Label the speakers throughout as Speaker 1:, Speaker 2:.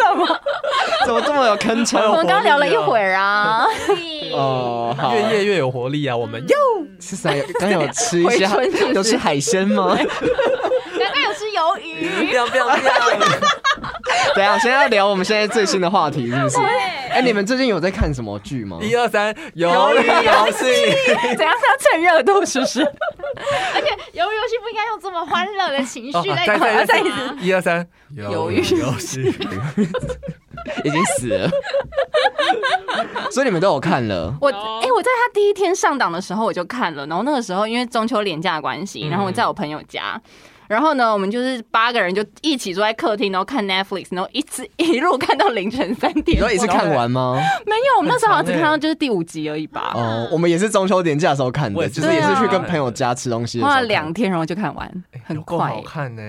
Speaker 1: 什么？怎么这么有铿锵有活力啊？
Speaker 2: 我们刚聊了一会儿 啊，
Speaker 3: 哦，好
Speaker 4: 越夜越有活力啊！我们又
Speaker 1: 是啥？刚有吃一
Speaker 2: 回
Speaker 1: 些
Speaker 2: 春是不是，
Speaker 1: 有吃海鲜吗？
Speaker 2: 刚刚有吃鱿鱼，
Speaker 1: 不要不要不要！等一下，我现在要聊我们现在最新的话题，是不是？哎，你们最近有在看什么剧吗？
Speaker 4: 一二三，游戏游戏，
Speaker 2: 怎样是要趁热度是不是？
Speaker 5: 而且游游戏不应该用这么欢乐的情绪
Speaker 4: 哦
Speaker 5: 来
Speaker 4: 再再
Speaker 5: 再
Speaker 4: 再
Speaker 5: 一
Speaker 4: 一二三，
Speaker 2: 犹豫
Speaker 4: 游戏。
Speaker 1: 已经死了， 所以你们都有看了。
Speaker 2: 我哎、我在他第一天上档的时候我就看了，然后那个时候因为中秋连假的关
Speaker 4: 嗯
Speaker 2: 系，然后我在我朋友家。然后呢，我们就是八个人就一起坐在客厅，然后看 Netflix，然后一直一路看到凌晨三点。
Speaker 1: 你都一次看完吗？
Speaker 2: 没有，我们那时候好像只
Speaker 4: 很长欸
Speaker 2: 看到就是第五集而已吧。
Speaker 1: 哦，我们也是中秋年假的时候看
Speaker 4: 我
Speaker 1: 的，
Speaker 4: 也
Speaker 1: 就是是也是去
Speaker 2: 对
Speaker 1: 跟
Speaker 2: 啊
Speaker 1: 朋友家吃东西的时候
Speaker 2: 花了
Speaker 1: 看。
Speaker 2: 两天，然后就看完，很
Speaker 4: 哎有够
Speaker 2: 快、
Speaker 4: 好看呢。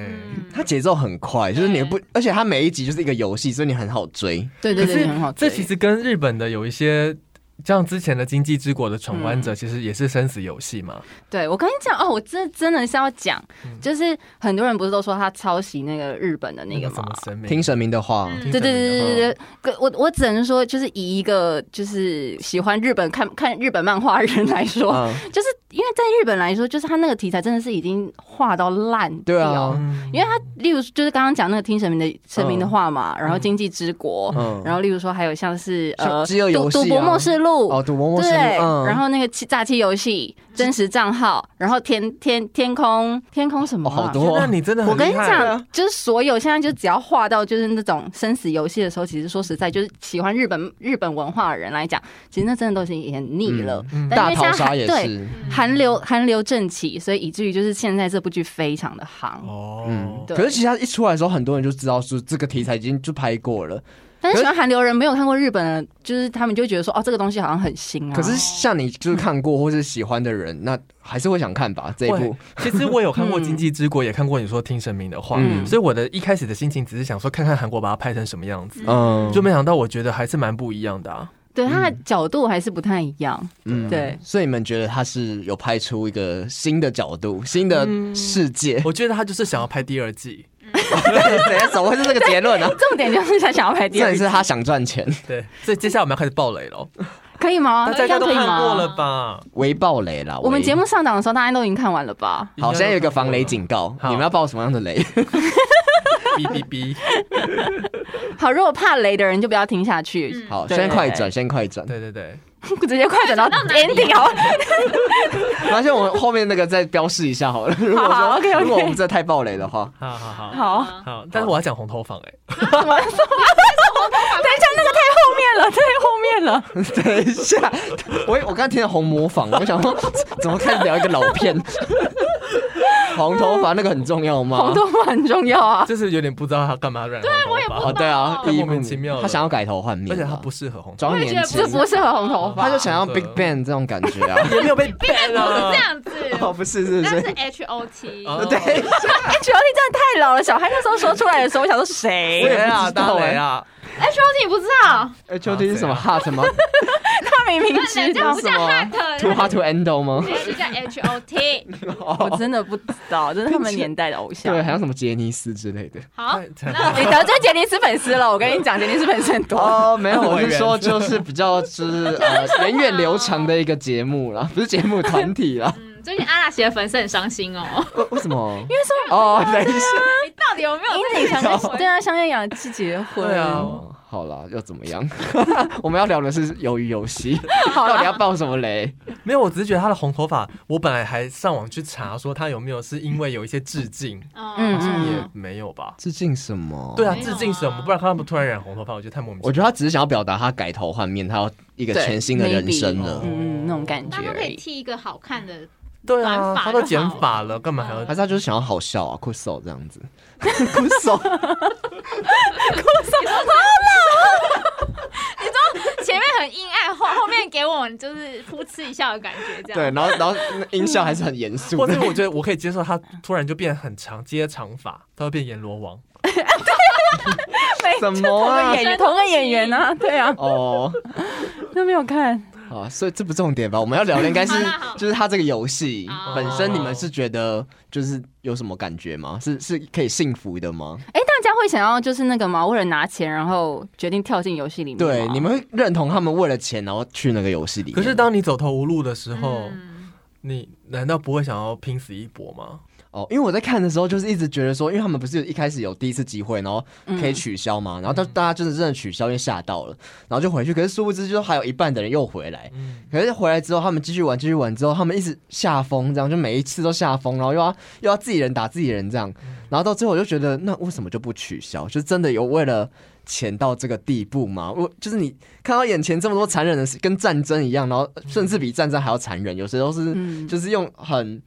Speaker 1: 它节奏很快，就是你不，而且它每一集就是一个游戏，所以你很好追。
Speaker 2: 对对
Speaker 4: 可
Speaker 2: 对，
Speaker 4: 是
Speaker 2: 很好追。
Speaker 4: 这其实跟日本的有一些。像之前的《经济之国》的闯关者，其实也是生死游戏嘛。
Speaker 2: 对我跟你讲哦，我真真的是要讲，
Speaker 1: 嗯
Speaker 2: 就是很多人不是都说他抄袭那个日本的那个
Speaker 4: 什
Speaker 2: 吗
Speaker 4: 么？神明，
Speaker 1: 听神明的话，
Speaker 5: 嗯
Speaker 2: 对对对对对
Speaker 4: 对，
Speaker 2: 对，可我我只能说，就是以一个就是喜欢日本看看日本漫画的人来说，
Speaker 1: 嗯，
Speaker 2: 就是因为在日本来说，就是他那个题材真的是已经画到烂
Speaker 1: 对啊啊
Speaker 2: 掉
Speaker 4: 嗯
Speaker 2: 因为他例如就是刚刚讲那个听神明的神明的话嘛，然后
Speaker 4: 嗯
Speaker 2: 经济之国，
Speaker 1: 嗯
Speaker 2: 然后例如说还有像是
Speaker 1: 像
Speaker 2: 呃
Speaker 1: 饥饿游
Speaker 2: 赌
Speaker 1: 戏啊
Speaker 2: 赌博末世录
Speaker 1: 哦，赌博默是，
Speaker 2: 对，
Speaker 1: 嗯
Speaker 2: 然后那个欺诈欺游戏、真实账号，然后天天天空天空什么
Speaker 1: 哦
Speaker 2: 啊、
Speaker 1: 好多
Speaker 4: 那你真的
Speaker 2: 我
Speaker 4: 很
Speaker 2: 跟你
Speaker 4: 厉害
Speaker 2: 讲，就是所有现在就只要画到就是那种生死游戏的时候，其实说实在，就是喜欢日本日本文化的人来讲，其实那真的都已经也很腻了。
Speaker 4: 嗯
Speaker 2: 但
Speaker 1: 大
Speaker 2: 因为现
Speaker 1: 逃
Speaker 2: 在
Speaker 1: 杀
Speaker 2: 韩
Speaker 1: 也
Speaker 2: 对
Speaker 4: 哦
Speaker 1: 是，嗯
Speaker 2: 韩流韩流正起，所以以至于就是现在这部剧非常的夯。
Speaker 4: 哦
Speaker 1: 嗯，，
Speaker 2: 对
Speaker 1: 可是其实它一出来的时候，很多人就知道说这个题材已经就拍过了。
Speaker 2: 但是喜欢韩流人没有看过日本的，就是他们就会觉得说哦，这个东西好像很新啊。
Speaker 1: 可是像你就是看过或是喜欢的人，那还是会想看吧这一
Speaker 4: 会
Speaker 1: 部。
Speaker 4: 其实我有看过《
Speaker 2: 嗯
Speaker 4: 经济之国》，也看过你说听神明的话，
Speaker 1: 嗯
Speaker 4: 所以我的一开始的心情只是想说，看看韩国把它拍成什么样子，
Speaker 1: 嗯，
Speaker 4: 就没想到我觉得还是蛮不一样的啊。
Speaker 2: 对它的角度还是不太一样。
Speaker 1: 嗯
Speaker 2: 对
Speaker 1: 所以你们觉得他是有拍出一个新的角度、新的世界？
Speaker 4: 我觉得他就是想要拍第二季，
Speaker 1: 等一下怎么会是这个结论呢、
Speaker 2: 重点就是他想要拍第
Speaker 1: 这
Speaker 2: 二
Speaker 1: 也
Speaker 2: 季
Speaker 1: 是，他想赚钱，
Speaker 4: 对，所以接下来我们要开始爆雷了，
Speaker 2: 可以吗？
Speaker 4: 大家都
Speaker 2: 这样可以
Speaker 4: 看
Speaker 2: 吗
Speaker 4: 过了 吧？
Speaker 1: 为暴雷啦。
Speaker 2: 我们
Speaker 1: 喂
Speaker 2: 节目上档的时候，大家都已经看完了吧？
Speaker 1: 好，现在有一个防雷警告，你
Speaker 4: 好
Speaker 1: 们要爆什么样的雷？
Speaker 4: 哔哔哔，
Speaker 2: 好，如果怕雷的人就不要听下去，
Speaker 1: 好，
Speaker 2: 对
Speaker 1: 先快转，先快转。
Speaker 4: 对对对，
Speaker 2: 直接快 转到 ending 好了。
Speaker 1: 发现我们后面那个再标示一下好了。如果
Speaker 2: 好
Speaker 1: 说
Speaker 2: ，OK，OK
Speaker 1: 如果我们这太暴雷的话，
Speaker 4: 好好好
Speaker 2: 好，
Speaker 4: 好，但是我要讲红头房哎，
Speaker 2: 等一下，那个太后面了，太后面了。
Speaker 1: 等一下，我我刚听到红模仿，我想说怎么开始聊一个老片？红头发那个很重要吗？
Speaker 2: 红豆腐很重要 啊，
Speaker 4: 就是有点不知道他干嘛染红头发，
Speaker 5: 对我也不
Speaker 1: 哦，对啊，
Speaker 4: 太
Speaker 1: 第一
Speaker 4: 莫
Speaker 1: 部
Speaker 4: 名其妙了
Speaker 1: 他想要改头换面，啊
Speaker 4: 而且他不适合红头
Speaker 1: 装年
Speaker 5: 我也觉
Speaker 1: 轻
Speaker 2: 这，不适合红头
Speaker 1: 他
Speaker 2: 发
Speaker 1: 就。想要 Big Bang 这种感觉啊。
Speaker 4: 发，也没有被 ban
Speaker 5: 不
Speaker 4: 了
Speaker 5: 是这，样子，
Speaker 1: 哦，不是，是
Speaker 5: 但
Speaker 1: 不
Speaker 5: 是
Speaker 1: 是？
Speaker 5: H O T，
Speaker 4: 哦
Speaker 1: 对，
Speaker 2: 哎，九力真的太老了，小孩那时候说出来的时候，我想说
Speaker 1: 我也
Speaker 2: 谁？
Speaker 1: 不知道
Speaker 4: 打雷啊，
Speaker 5: ，H O T 你不知道，
Speaker 1: 哎，秋天是什么 Hot 吗
Speaker 2: 他明明
Speaker 5: 那
Speaker 2: 知
Speaker 5: 人家
Speaker 2: 道
Speaker 5: 不
Speaker 1: 是
Speaker 5: 叫
Speaker 1: 吗
Speaker 5: hat，
Speaker 1: ？Too Hot to Handle 吗？
Speaker 5: 人家叫 H O T，
Speaker 2: 我真的不知道，这是他们年代的偶像
Speaker 1: 对，。还有什么杰尼斯之类的。
Speaker 5: 好，
Speaker 2: 你得罪杰尼斯粉丝了，我跟你讲，杰尼斯粉丝很 多。
Speaker 1: 哦，没有，我是说就是比较就是呃源远流长的一个节目啦， 不是节目团体啦。
Speaker 5: 嗯最近阿拉西的粉丝很伤心哦，
Speaker 1: 为为什么？因为说哦，等一下，
Speaker 5: 你到底有没有
Speaker 2: 因为你想
Speaker 5: 这个
Speaker 2: 跟对啊，香艳雅去结婚，
Speaker 4: 对啊
Speaker 1: 哦好啦，又怎么样？ 我们要聊的是鱿鱼游戏，
Speaker 2: 好
Speaker 1: 到底
Speaker 2: 了，
Speaker 1: 要爆什么雷？
Speaker 4: 没有，我只是觉得他的红头发，欸我本来还上网去查说他有没有是因为有一些致敬，
Speaker 5: 哦
Speaker 2: 嗯
Speaker 4: 好像也
Speaker 2: 嗯
Speaker 4: 没有吧。
Speaker 1: 致敬什么
Speaker 4: 对啊，
Speaker 5: 没有啊
Speaker 4: 致敬什么？不然他们突然染红头发，我觉得太莫名其妙。
Speaker 1: 我觉得他只是想要表达他改头换面，他要一个
Speaker 2: 对
Speaker 1: 全新的人生
Speaker 2: maybe
Speaker 1: 了。
Speaker 2: 嗯，那种感觉
Speaker 5: 大家可
Speaker 2: 而
Speaker 5: 以
Speaker 2: 已。
Speaker 5: 剃一个好看 的，
Speaker 4: 对
Speaker 5: 短
Speaker 4: 啊，
Speaker 5: 发
Speaker 4: 他
Speaker 5: 就
Speaker 4: 都
Speaker 5: 好
Speaker 4: 剪发了，干嘛还要
Speaker 1: 还？是他就是想要好笑啊，酷手这样子，酷手，
Speaker 5: 好老种就是噗嗤一笑的感觉，这样。
Speaker 1: 对，然后然后那音效还是很严肃
Speaker 4: 或
Speaker 1: 的
Speaker 4: 者，我觉得我可以接受他突然就变很长，接长发，他会变阎罗王。
Speaker 1: 什么
Speaker 2: 同个
Speaker 1: 啊？
Speaker 2: 演员，同个演员啊， 对啊，
Speaker 1: 哦，
Speaker 2: 都没有看。
Speaker 1: 好啊，所以这不重点吧？我们要聊的应该是
Speaker 5: 好啦好
Speaker 1: 就是它这个游戏
Speaker 5: 哦
Speaker 1: 本身，你们是觉得就是有什么感觉吗？是是可以幸福的吗？
Speaker 2: 哎、大家会想要就是那个吗？为了拿钱，然后决定跳进游戏里面
Speaker 1: 对，
Speaker 2: 吗。
Speaker 1: 你们会认同他们为了钱然后去那个游戏里面
Speaker 4: 可
Speaker 1: 吗？
Speaker 4: 是当你走投无路的时候，
Speaker 5: 嗯
Speaker 4: 你难道不会想要拼死一搏吗？
Speaker 1: 哦，因为我在看的时候，就是一直觉得说，因为他们不是一开始有第一次机会，然后可以取消嘛，然后大大家真的真的取消，因为吓到了，然后就回去。可是殊不知，就还有一半的人又回来。
Speaker 4: 嗯，
Speaker 1: 可是回来之后，他们继续玩，继续玩之后，他们一直下风，这样就每一次都下风，然后又要又要自己人打自己人这样，然后到最后我就觉得，那为什么就不取消？就真的有为了钱到这个地步吗？我就是你看到眼前这么多残忍的事，跟战争一样，然后甚至比战争还要残忍，有时候是
Speaker 2: 嗯，
Speaker 1: 就是用很，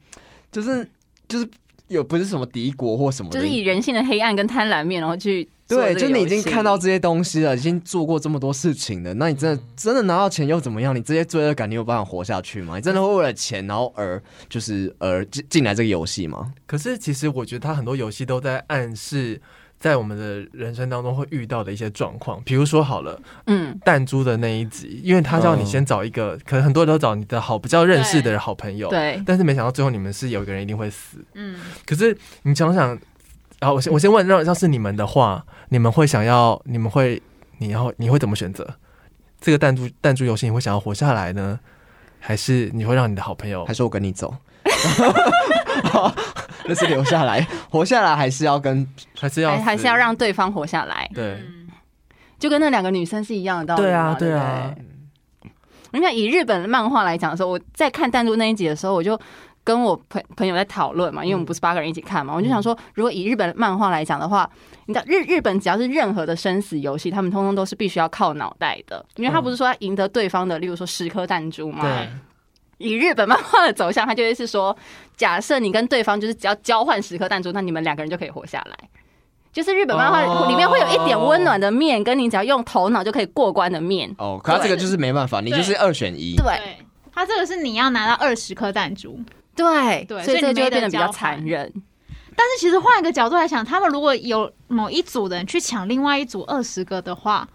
Speaker 1: 就是就是有不是什么敌国或什么的，
Speaker 2: 就是以人性的黑暗跟贪婪面，然后去做
Speaker 1: 对，
Speaker 2: 这个
Speaker 1: 就你已经
Speaker 2: 游戏
Speaker 1: 看到这些东西了，已经做过这么多事情了，那你真的真的拿到钱又怎么样？你这些罪恶感，你有办法活下去吗？你真的会为了钱然后而就是而进进来这个游戏吗？
Speaker 4: 可是其实我觉得他很多游戏都在暗示，在我们的人生当中会遇到的一些状况，比如说好了。
Speaker 2: 嗯
Speaker 4: 弹珠的那一集，因为他叫你先找一个，可能很多人都找你的好比较认识的好朋友，
Speaker 2: 对
Speaker 4: 但是没想到最后你们是有一个人一定会死。
Speaker 5: 嗯，
Speaker 4: 可是你想想，啊，我先我先问，让要是你们的话，你们会想要，你们会，你要你会怎么选择？这个弹珠弹珠游戏，你会想要活下来呢，还是你会让你的好朋友
Speaker 1: 还？是我跟你走？ 那是留下来，活下来还是要跟
Speaker 4: 还是要
Speaker 2: 还
Speaker 4: 死
Speaker 2: 还是要让对方活下来，
Speaker 4: 对
Speaker 5: 嗯
Speaker 2: 就跟那两个女生是一样的道理嘛。
Speaker 4: 对啊
Speaker 2: 对
Speaker 4: 对啊
Speaker 2: 不对。你看，以日本漫画来讲的时候，我在看弹珠那一集的时候，我就跟我朋朋友在讨论嘛，因为
Speaker 4: 嗯
Speaker 2: 我们不是八个人一起看嘛，我就想说，如果以日本漫画来讲的话，你知道日日本只要是任何的生死游戏，他们通通都是必须要靠脑袋的，因为他
Speaker 4: 嗯
Speaker 2: 不是说要赢得对方的，例如说十颗弹珠嘛，
Speaker 4: 对
Speaker 2: 以日本漫画的走向，它就会是说，假设你跟对方就是只要交换十颗弹珠，那你们两个人就可以活下来。就是日本漫
Speaker 4: 哦
Speaker 2: 画里面会有一点温暖的面，跟你只要用头脑就可以过关的面。
Speaker 1: 哦？可他这个就是没办法，你就是二选一。
Speaker 2: 对
Speaker 5: 对，他这个是你要拿到二十颗弹珠，
Speaker 2: 对
Speaker 5: 对
Speaker 2: 所以这
Speaker 5: 所以你
Speaker 2: 就
Speaker 5: 没得
Speaker 2: 会变得比较
Speaker 5: 交换
Speaker 2: 残忍。
Speaker 5: 但是其实换一个角度来想，他们如果有某一组人去抢另外一组二十个的话，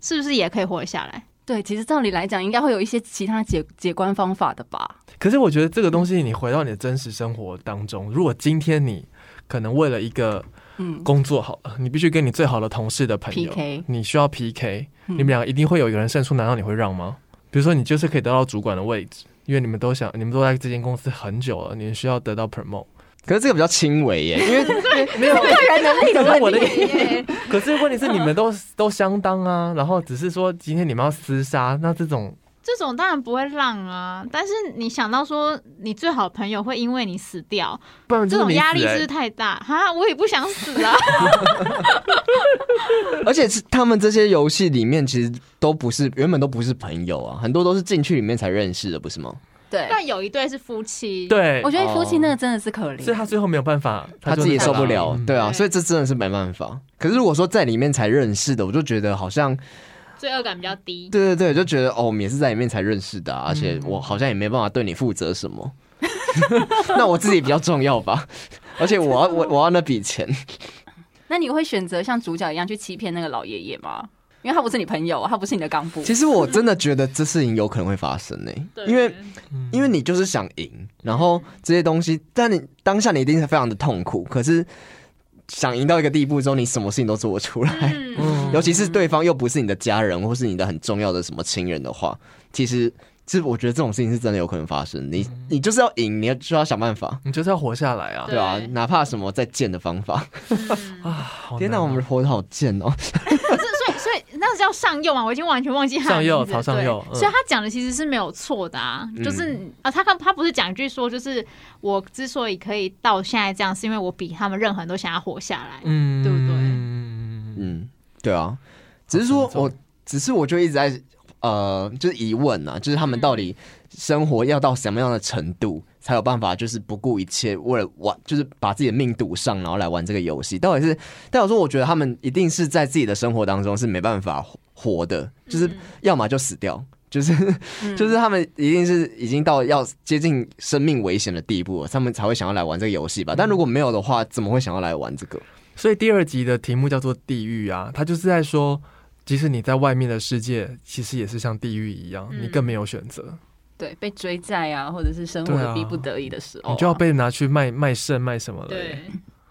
Speaker 5: 是不是也可以活下来？
Speaker 2: 对，其实照理来讲，应该会有一些其他解解关方法的吧？
Speaker 4: 可是我觉得这个东西，你回到你的真实生活当中，如果今天你可能为了一个
Speaker 2: 嗯，
Speaker 4: 工作好了，你必须跟你最好的同事的朋友
Speaker 2: PK
Speaker 4: 你需要 PK，、
Speaker 2: 嗯
Speaker 4: 你们俩一定会有一个人胜出，难道你会让吗？比如说你就是可以得到主管的位置，因为你们都想，你们都在这间公司很久了，你们需要得到 promote。
Speaker 1: 可是这个比较轻微耶，因为
Speaker 4: 没有，
Speaker 2: 个人能力的
Speaker 4: 我
Speaker 2: 问
Speaker 4: 的
Speaker 2: 题。
Speaker 4: 可是问题是你们都 都相当啊，然后只是说今天你们要厮杀，那这种
Speaker 5: 这种当然不会让啊，但是你想到说你最好的朋友会因为你死掉，
Speaker 4: 不然就
Speaker 5: 这
Speaker 4: 是
Speaker 5: 种
Speaker 4: 你
Speaker 5: 压力
Speaker 4: 死
Speaker 5: 是
Speaker 4: 欸
Speaker 5: 不是太大哈，我也不想死 啊。
Speaker 1: 而且是他们这些游戏里面，其实都不是原本都不是朋友啊，很多都是进去里面才认识的，不是吗？
Speaker 2: 对，
Speaker 5: 但有一对是夫妻，，
Speaker 4: 对
Speaker 2: 我，觉得夫妻那个真的是可怜。
Speaker 4: 所以他最后没有办法，
Speaker 1: 他
Speaker 4: 就
Speaker 1: 自己也
Speaker 4: 那
Speaker 1: 受
Speaker 4: 个
Speaker 1: 不了，
Speaker 4: 嗯
Speaker 1: 对啊，
Speaker 5: 对
Speaker 1: 所以这真的是没办法。可是如果说在里面才认识的，我就觉得好像，
Speaker 5: 罪恶感比较低。
Speaker 1: 对对对，就觉得哦，我们也是在里面才认识的啊、而且
Speaker 4: 嗯
Speaker 1: 我好像也没办法对你负责什么， 那我自己比较重要吧。而且我要我我要那笔 钱，
Speaker 2: 那你会选择像主角一样去欺骗那个老爷爷吗？因为他不是你朋友，他不是你的干部。
Speaker 1: 其实我真的觉得这事情有可能会发生欸呢、
Speaker 5: 对
Speaker 1: 因为因为你就是想赢，然后这些东西，但你当下你一定是非常的痛苦。可是想赢到一个地步之后，你什么事情都做得出来，
Speaker 5: 嗯，
Speaker 4: 嗯
Speaker 1: 尤其是对方又不是你的家人或是你的很重要的什么亲人的话，其实其实我觉得这种事情是真的有可能发生。你
Speaker 4: 嗯
Speaker 1: 你就是要赢，你要就要想办法，
Speaker 4: 你就是要活下来啊！
Speaker 1: 对啊，
Speaker 5: 对
Speaker 1: 哪怕什么再贱的方法。
Speaker 4: 啊，好
Speaker 1: 天
Speaker 4: 难
Speaker 1: 哪，我
Speaker 4: 啊
Speaker 1: 们活得好贱哦！
Speaker 5: 可是嗯所以所以那是叫上右嘛，我已经完全忘记他的
Speaker 4: 上右
Speaker 5: 名字
Speaker 4: 曹上
Speaker 5: 对
Speaker 4: 右嗯
Speaker 5: 所以他讲的其实是没有错的啊，就是啊，他刚他不是讲一句说，就是我之所以可以到现在这样，是因为我比他们任何人都想要活下来。
Speaker 4: 嗯，
Speaker 5: 对不对
Speaker 4: 对？
Speaker 1: 嗯，对啊，只是说
Speaker 4: 沉重
Speaker 1: 我，只是我就一直在呃，就是疑问啊，就是他们到
Speaker 4: 嗯
Speaker 1: 底生活要到什么样的程度，才有办法就是不顾一切为了玩，就是把自己的命赌上，然后来玩这个游戏？到底是，但我说，我觉得
Speaker 4: 嗯
Speaker 1: 他们一定是在自己的生活当中是没办法活活的，就是要么就死掉。就是
Speaker 2: 嗯
Speaker 1: 就是他们一定是已经到要接近生命危险的地步了，他们才会想要来玩这个游戏吧？但如果没有的话，怎么会想要来玩这个？
Speaker 4: 所以第二集的题目叫做“地狱”啊，它就是在说，即使你在外面的世界，其实也是像地狱一样，
Speaker 5: 嗯
Speaker 4: 你更没有选择，
Speaker 2: 对被追债啊，或者是生活
Speaker 4: 对啊
Speaker 2: 的逼不得已的时候啊、
Speaker 4: 你就要被拿去卖卖肾卖什么了、
Speaker 5: 哦对，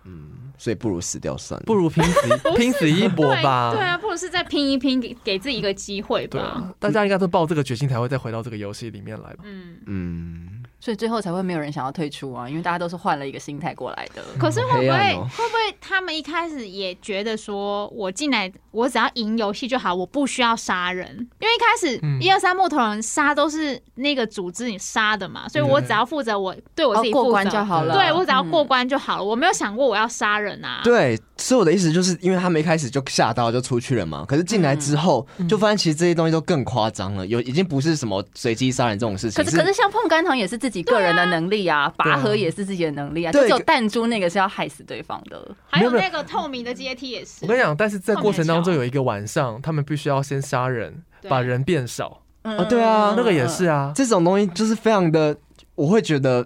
Speaker 1: 嗯，所以不如死掉算了。
Speaker 4: 不如 拼死拼死一搏吧。
Speaker 5: 啊对对啊，不如是再拼一拼，给给自己一个机会
Speaker 4: 对
Speaker 5: 吧。
Speaker 4: 啊，大家应该都抱这个决心才会再回到这个游戏里面来吧。
Speaker 5: 嗯，
Speaker 1: 嗯，
Speaker 2: 所以最后才会没有人想要退出啊，因为大家都是换了一个心态过来的。
Speaker 5: 可是会
Speaker 1: 黑
Speaker 5: 不
Speaker 1: 暗
Speaker 5: 会、
Speaker 1: 哦
Speaker 5: 会不会他们一开始也觉得说，我进来我只要赢游戏就好，我不需要杀人，因为一开
Speaker 4: 嗯
Speaker 5: 始一二三木头人杀都是那个组织你杀的嘛，所以我只要负责我对我自己
Speaker 2: 哦过
Speaker 5: 负
Speaker 2: 关就
Speaker 5: 责，
Speaker 2: 好了，
Speaker 5: 对我只要
Speaker 2: 嗯
Speaker 5: 过关就好了，我没有想过我要杀人啊。
Speaker 1: 对，所以我的意思就是，因为他们一开始就吓到就出去了嘛，可是进来之后、就发现其实这些东西都更夸张了，有已经不是什么随机杀人这种事情，
Speaker 2: 可是可是像碰干糖也是自己个人的能力啊，拔河也是自己的能力啊，就
Speaker 1: 对
Speaker 2: 只有弹珠那个是要害死对方的。
Speaker 5: 还有
Speaker 4: 没有没
Speaker 5: 那个透明的阶梯也是
Speaker 4: 我，跟你讲，但是在过程当中
Speaker 5: 后面
Speaker 4: 有一个晚上，他们必须要先杀人，
Speaker 5: 对嗯
Speaker 4: 把人变少，
Speaker 2: 哦
Speaker 1: 对啊
Speaker 4: 那个也是啊。
Speaker 1: 这种东西就是非常的，我会觉得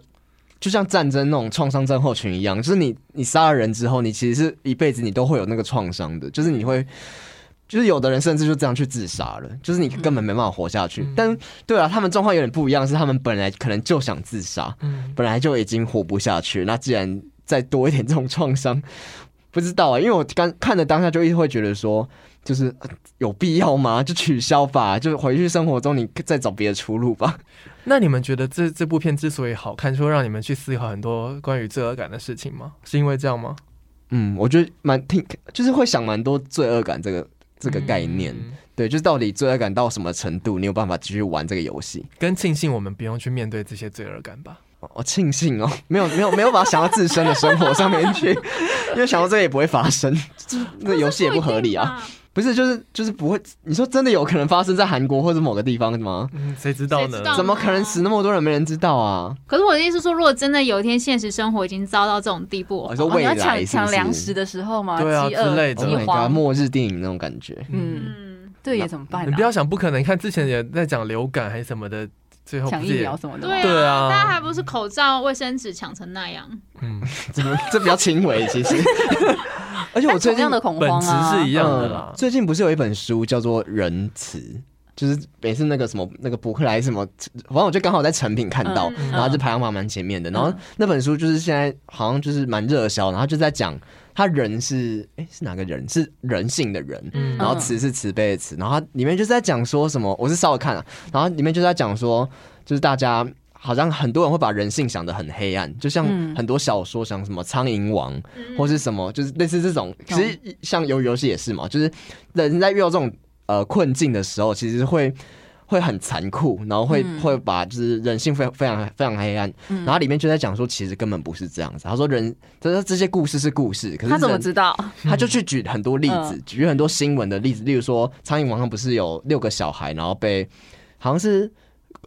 Speaker 1: 就像战争那种创伤症候群一样，就是你你杀了人之后，你其实是一辈子你都会有那个创伤的，就是你会。就是有的人甚至就这样去自杀了，就是你根本没办法活下去。
Speaker 4: 嗯
Speaker 1: 但对啊，他们状况有点不一样，是他们本来可能就想自杀，
Speaker 4: 嗯，
Speaker 1: 本来就已经活不下去，那既然再多一点这种创伤，不知道啊、因为我刚看的当下就一直会觉得说，就是、呃有必要吗？就取消吧，就回去生活中你再找别的出路吧。
Speaker 4: 那你们觉得这这部片之所以好看，说让你们去思考很多关于罪恶感的事情吗？是因为这样吗？
Speaker 1: 嗯，我觉得蛮挺，就是会想蛮多罪恶感这个这个概念，
Speaker 4: 嗯
Speaker 1: 对，就是到底罪恶感到什么程度，你有办法继续玩这个游戏？
Speaker 4: 跟庆幸我们不用去面对这些罪恶感吧。
Speaker 1: 我、哦、庆幸哦，没有没有没有把它想到自身的生活上面去， 因为想到这个也不会发生，就是那游戏也不合理 啊。不是，就是就是不会。你说真的有可能发生在韩国或者某个地方吗？
Speaker 4: 嗯，谁知道呢？
Speaker 5: 谁知道
Speaker 1: 怎么可能死那么多人没人知道啊？
Speaker 5: 可是我的意思是说，如果真的有一天现实生活已经遭到这种地步
Speaker 1: 我
Speaker 5: 的
Speaker 1: 说
Speaker 5: 话，
Speaker 2: 哦
Speaker 1: 未
Speaker 2: 你要
Speaker 1: 来
Speaker 2: 抢
Speaker 1: 是
Speaker 2: 抢
Speaker 1: 不
Speaker 2: 粮食
Speaker 1: 是
Speaker 2: 的时候吗？
Speaker 4: 对啊
Speaker 2: 饥饿
Speaker 4: 之类的
Speaker 1: ？Oh
Speaker 2: 饥
Speaker 1: my god，
Speaker 2: 荒，
Speaker 1: 末日电影那种感觉。
Speaker 2: 嗯，
Speaker 5: 嗯，
Speaker 2: 对也怎么办？啊
Speaker 4: 你不要。想不可能，你看之前也在讲流感还是什么的，最后不
Speaker 2: 抢
Speaker 4: 是
Speaker 2: 疫
Speaker 4: 也
Speaker 2: 苗什么的吗，
Speaker 5: 对啊，
Speaker 4: 对啊
Speaker 5: 大家还不是口罩、卫生纸抢成那样，
Speaker 4: 嗯，
Speaker 1: 这个 这比较轻微，其 实。而且我
Speaker 2: 但
Speaker 1: 最
Speaker 2: 同
Speaker 1: 近
Speaker 2: 样的恐
Speaker 4: 本
Speaker 2: 慌
Speaker 4: 质
Speaker 2: 啊，
Speaker 4: 是一样的啦
Speaker 1: 嗯。最近不是有一本书叫做《仁慈》，就是每次那个什么那个伯克莱什么，反正我就刚好在成品看到，
Speaker 5: 嗯
Speaker 1: 然后就排行榜蛮前面的。然后那本书就是现在好像就是蛮热销，然后就在讲他人是哎、是哪个人？是人性的人，
Speaker 4: 嗯
Speaker 1: 然后慈是慈悲的慈，然后它里面就是在讲说什么，我是稍微看了、然后里面就在讲说，就是大家好像很多人会把人性想得很黑暗，就像
Speaker 2: 嗯
Speaker 1: 很多小说想什么苍蝇王，
Speaker 5: 嗯
Speaker 1: 或是什么，就是类似这种。其
Speaker 2: 懂
Speaker 1: 实像游游戏也是嘛，就是人在遇到这种呃困境的时候，其实会会很残酷，然后会、
Speaker 2: 嗯
Speaker 1: 会把就是人性非常非常非常黑暗。
Speaker 2: 嗯
Speaker 1: 然后里面就在讲说，其实根本不是这样子。他说人，他说这些故事是故事，可是
Speaker 2: 他怎么
Speaker 1: 人
Speaker 2: 知道？
Speaker 1: 他就去举很多例子，举很多新闻的例子，例如说苍蝇王上不是有六个小孩，然后被好像是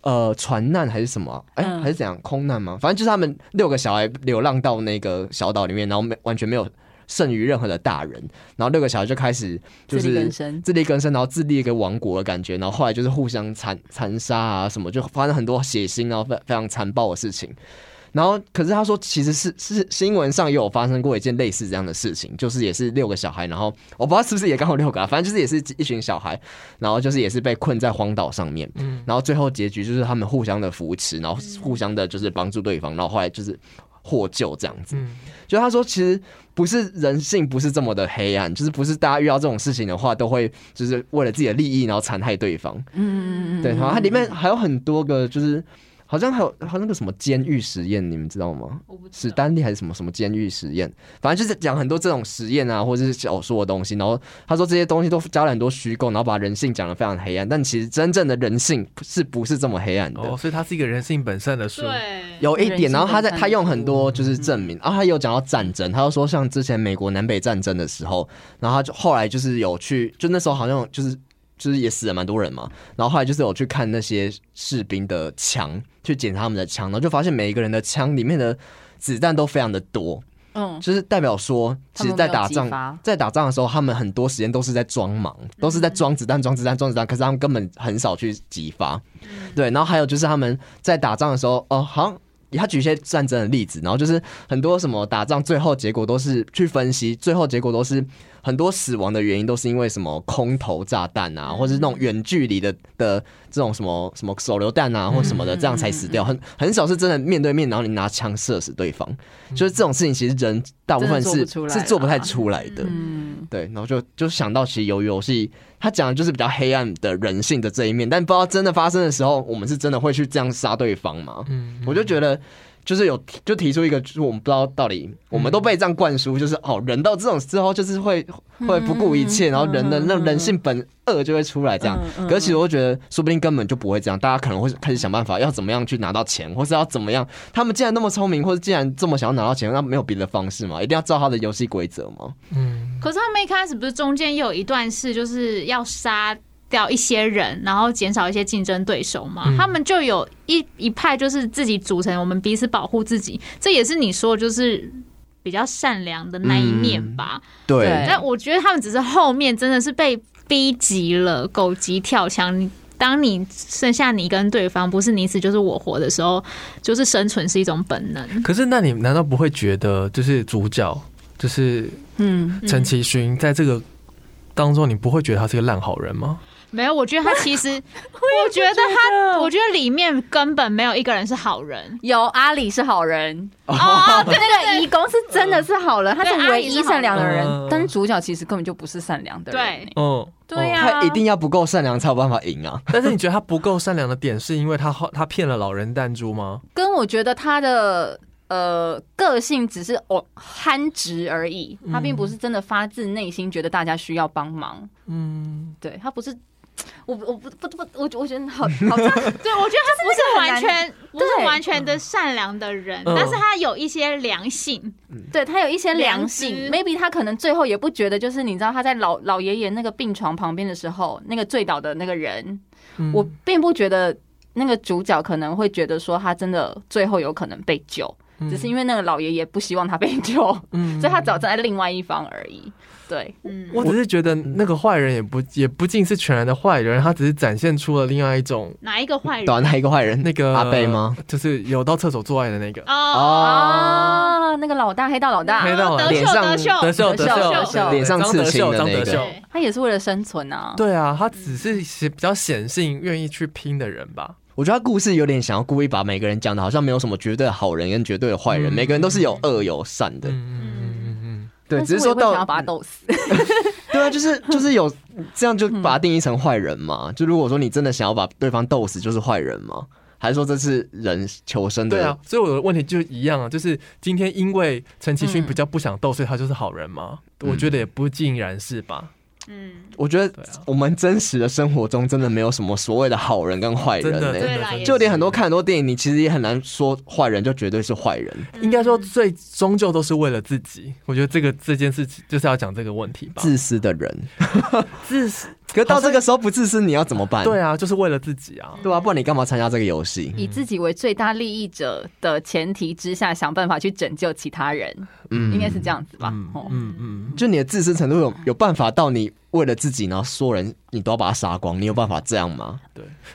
Speaker 1: 呃船难还是什么啊，哎、
Speaker 2: 嗯
Speaker 1: 还是怎样空难吗？反正就是他们六个小孩流浪到那个小岛里面，然后没完全没有剩余任何的大人，然后六个小孩就开始就
Speaker 2: 自力
Speaker 1: 是
Speaker 2: 更生
Speaker 1: 自力更生，然后自立一个王国的感觉，然后后来就是互相残残杀啊什么，就发生很多血腥啊然后非非常残暴的事情。然后，可是他说，其实是是新闻上也有发生过一件类似这样的事情，就是也是六个小孩，然后我不知道是不是也刚好六个、啊，反正就是也是一群小孩，然后就是也是被困在荒岛上面，
Speaker 4: 嗯
Speaker 1: 然后最后结局就是他们互相的扶持，然后互相的就是帮助对方，然后后来就是获救这样子。
Speaker 4: 嗯，
Speaker 1: 就他说，其实不是人性不是这么的黑暗，就是不是大家遇到这种事情的话，都会就是为了自己的利益然后残害对方。
Speaker 2: 嗯嗯嗯嗯，
Speaker 1: 对，然后它里面还有很多个，就是好像还有还有那个什么监狱实验，你们知道吗？
Speaker 5: 我不知
Speaker 1: 史
Speaker 5: 道。
Speaker 1: 丹利还是什么什么监狱实验，反正就是讲很多这种实验啊，或者是小说的东西。然后他说这些东西都加了很多虚构，然后把人性讲得非常黑暗，但其实真正的人性是不是这么黑暗的？
Speaker 4: 哦，所以它是一个人性本善的书。
Speaker 5: 对，
Speaker 1: 有一点，
Speaker 2: 人性
Speaker 1: 然后他在
Speaker 2: 本善
Speaker 1: 他用很多就是证明，然后他有讲到战争，他就说像之前美国南北战争的时候，然后他就后来就是有去，就那时候好像就是就是也死了蛮多人嘛，然后后来就是有去看那些士兵的枪，去检查他们的枪，然后就发现每一个人的枪里面的子弹都非常的多，
Speaker 2: 嗯，
Speaker 1: 就是代表说，其
Speaker 2: 他们
Speaker 1: 实在
Speaker 2: 没有
Speaker 1: 打
Speaker 2: 激
Speaker 1: 仗
Speaker 2: 发，
Speaker 1: 在打仗的时候，他们很多时间都是在装忙，都是在装子弹、装子弹、装子弹，可是他们根本很少去激发。
Speaker 2: 嗯
Speaker 1: 对，然后还有就是他们在打仗的时候，哦，好像。他举一些战争的例子，然后就是很多什么打仗，最后结果都是去分析，最后结果都是很多死亡的原因都是因为什么空投炸弹
Speaker 2: 嗯
Speaker 1: 啊，或者是那种远距离的的这种什么什么手榴弹啊或什么的，这样才死掉。很很少是真的面对面，然后你拿枪射死对方，就是这种事情，其实人大部分
Speaker 2: 嗯真
Speaker 1: 是
Speaker 2: 的做不出来啦啊
Speaker 1: 是做不太出来的。
Speaker 2: 嗯，
Speaker 1: 对，然后就就想到，其实鱿鱼游戏它讲的就是比较黑暗的人性的这一面，但不知道真的发生的时候，我们是真的会去这样杀对方吗？
Speaker 4: 嗯，
Speaker 1: 我就觉得。就是有就提出一个，就是我们不知道到底，我们都被这样灌输，就是哦，人到这种之后，就是会会不顾一切，然后人的那人性本恶就会出来这样。可是其实我觉得，说不定根本就不会这样，大家可能会开始想办法，要怎么样去拿到钱，或是要怎么样。他们既然那么聪明，或者既然这么想要拿到钱，那没有别的方式吗？一定要照他的游戏规则吗？
Speaker 4: 嗯，
Speaker 5: 可是他们一开始不是中间也有一段是就是要杀掉一些人，然后减少一些竞争对手嘛？
Speaker 4: 嗯
Speaker 5: 他们就有一一派就是自己组成，我们彼此保护自己，这也是你说的就是。比较善良的那一面吧，
Speaker 1: 嗯
Speaker 2: 对
Speaker 5: 但我觉得他们只是后面真的是被逼急了，狗急跳墙。你当你剩下你跟对方，不是你死就是我活的时候，就是生存是一种本能。
Speaker 4: 可是那你难道不会觉得，就是主角，就是
Speaker 2: 嗯，
Speaker 4: 陈其勋，在这个当中，你不会觉得他是个烂好人吗？
Speaker 5: 没有，我觉得他其实，我觉得他，我觉得里面根本没有一个人是好人。
Speaker 2: 有阿里是好人，
Speaker 5: 哦，对
Speaker 2: 那个义工是真的是好人，他
Speaker 5: 对
Speaker 2: 是唯一善良的
Speaker 4: 阿里是好人
Speaker 2: 人，但是主角其实根本就不是善良的人欸。
Speaker 5: 对
Speaker 4: 嗯，
Speaker 2: 对
Speaker 4: 嗯
Speaker 2: 呀、
Speaker 1: 他一定要不够善良才有办法赢啊！
Speaker 4: 但是你觉得他不够善良的点，是因为他后他骗了老人弹珠吗？
Speaker 2: 跟我觉得他的呃个性只是哦憨直而已，他并不是真的发自内心觉得大家需要帮忙，
Speaker 4: 嗯，
Speaker 2: 对他不是。我我不不不，我我觉得好好像
Speaker 5: 对，我觉 得他不是完全，不是
Speaker 2: 对
Speaker 5: 完全的善良的人，
Speaker 4: 嗯
Speaker 5: 但是他有一些良性。
Speaker 2: 对他有一些良
Speaker 5: 良
Speaker 2: 性
Speaker 5: 知
Speaker 2: ，maybe 他可能最后也不觉得，就是你知道他在老老爷爷那个病床旁边的时候，那个醉倒的那个人，
Speaker 4: 嗯
Speaker 2: 我并不觉得那个主角可能会觉得说他真的最后有可能被救，只是因为那个老爷爷不希望他被救，
Speaker 4: 嗯
Speaker 2: 所以他只好站在另外一方而已。对，
Speaker 5: 嗯，
Speaker 4: 我只是觉得那个坏人也不也不尽是全然的坏人，他只是展现出了另外一种
Speaker 5: 哪一个坏人
Speaker 1: 对？啊，那一个坏人，
Speaker 4: 那个
Speaker 1: 阿贝吗？
Speaker 4: 就是有到厕所做爱的那个
Speaker 5: 哦，
Speaker 1: 哦，
Speaker 2: 啊，那个老大黑道老大
Speaker 4: 黑，道
Speaker 5: 德
Speaker 1: 脸
Speaker 5: 秀，
Speaker 1: 上
Speaker 5: 德秀，
Speaker 4: 德秀秀
Speaker 2: 德秀
Speaker 4: 对
Speaker 2: 德秀
Speaker 4: 对
Speaker 1: 脸上
Speaker 4: 张
Speaker 1: 刺
Speaker 4: 德
Speaker 1: 青
Speaker 4: 秀
Speaker 1: 的
Speaker 4: 张
Speaker 1: 那
Speaker 4: 德
Speaker 1: 个
Speaker 4: 秀，
Speaker 5: 对，
Speaker 2: 他也是为了生存啊。
Speaker 4: 对啊，他只是显比较显性愿意去拼的人吧。
Speaker 1: 我觉得他故事有点想要故意把每个人讲的好像没有什么绝对的好人跟绝对的坏人，
Speaker 4: 嗯
Speaker 1: 每个人都是有恶有善的。
Speaker 4: 嗯嗯
Speaker 1: 对，
Speaker 2: 但
Speaker 1: 只是
Speaker 2: 我也
Speaker 1: 说
Speaker 2: 会想要
Speaker 1: 到
Speaker 2: 把他斗死，
Speaker 1: 对啊，就是就是有这样就把他定义成坏人嘛。就如果说你真的想要把对方斗死，就是坏人嘛？还是说这是人求生的？
Speaker 4: 对啊，，所以我的问题就一样啊，就是今天因为陈其勋
Speaker 2: 嗯
Speaker 4: 比较不想斗，所以他就是好人吗？
Speaker 1: 嗯
Speaker 4: 我觉得也不尽然是吧。
Speaker 5: 嗯，
Speaker 1: 我觉
Speaker 4: 对
Speaker 1: 得
Speaker 4: 啊
Speaker 1: 我们真实的生活中真的没有什么所谓的好人跟坏人
Speaker 4: 真
Speaker 1: 呢、
Speaker 4: 的，真
Speaker 5: 对啦
Speaker 4: 的，真的
Speaker 5: 也
Speaker 1: 就连很多看很多电影，你其实也很难说坏人就绝对是坏人。
Speaker 4: 应该说最终究都是为了自己。我觉得这个这件事情就是要讲这个问题吧。
Speaker 1: 自私的人，
Speaker 4: 自私，
Speaker 1: 可是到这个时候不自私，你要怎么办？
Speaker 4: 对啊，就是为了自己啊。
Speaker 1: 对啊，不然你干嘛参加这个游戏？
Speaker 2: 以自己为最大利益者的前提之下，想办法去拯救其他人，
Speaker 1: 嗯
Speaker 2: 应该是这。样子吧？
Speaker 4: 嗯
Speaker 2: 哦，
Speaker 4: 嗯嗯，
Speaker 1: 就你的自私程度有有办法到你为了自己，然后所有人你都要把他杀光，你有办法这样吗？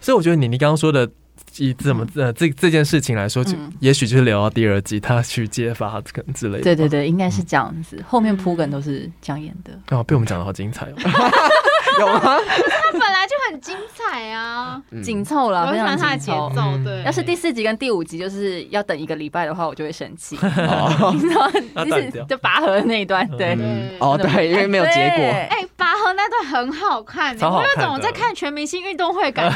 Speaker 4: 所以我觉得你你刚刚说的。以怎么呃这这件事情来说，就
Speaker 2: 嗯
Speaker 4: 也许就是聊到第二季，他去揭发可能之类的。
Speaker 2: 对对对，应该是这样子。后面铺梗都是这样演的。
Speaker 4: 对，啊，被我们讲的好精彩哦。
Speaker 1: 有吗？嗯
Speaker 5: 他本来就很精彩啊，
Speaker 2: 紧凑了，
Speaker 5: 我
Speaker 2: 非
Speaker 5: 喜
Speaker 2: 常
Speaker 5: 欢他的
Speaker 2: 紧
Speaker 5: 节
Speaker 2: 凑。
Speaker 4: 嗯
Speaker 5: 奏，对。
Speaker 2: 要是第四集跟第五集就是要等一个礼拜的话，我就会生 气，
Speaker 1: 哦
Speaker 2: 你知道，
Speaker 4: 要
Speaker 2: 就
Speaker 4: 淡
Speaker 2: 是
Speaker 4: 掉
Speaker 2: 就拔河那一段， 对，
Speaker 1: 嗯
Speaker 5: 对
Speaker 1: 哦，对，因为没有结果，
Speaker 2: 对，
Speaker 5: 哎，拔河那段很好看欸，
Speaker 4: 超好
Speaker 5: 我
Speaker 4: 看
Speaker 5: 有种
Speaker 4: 的
Speaker 5: 在看全明星运动会 感，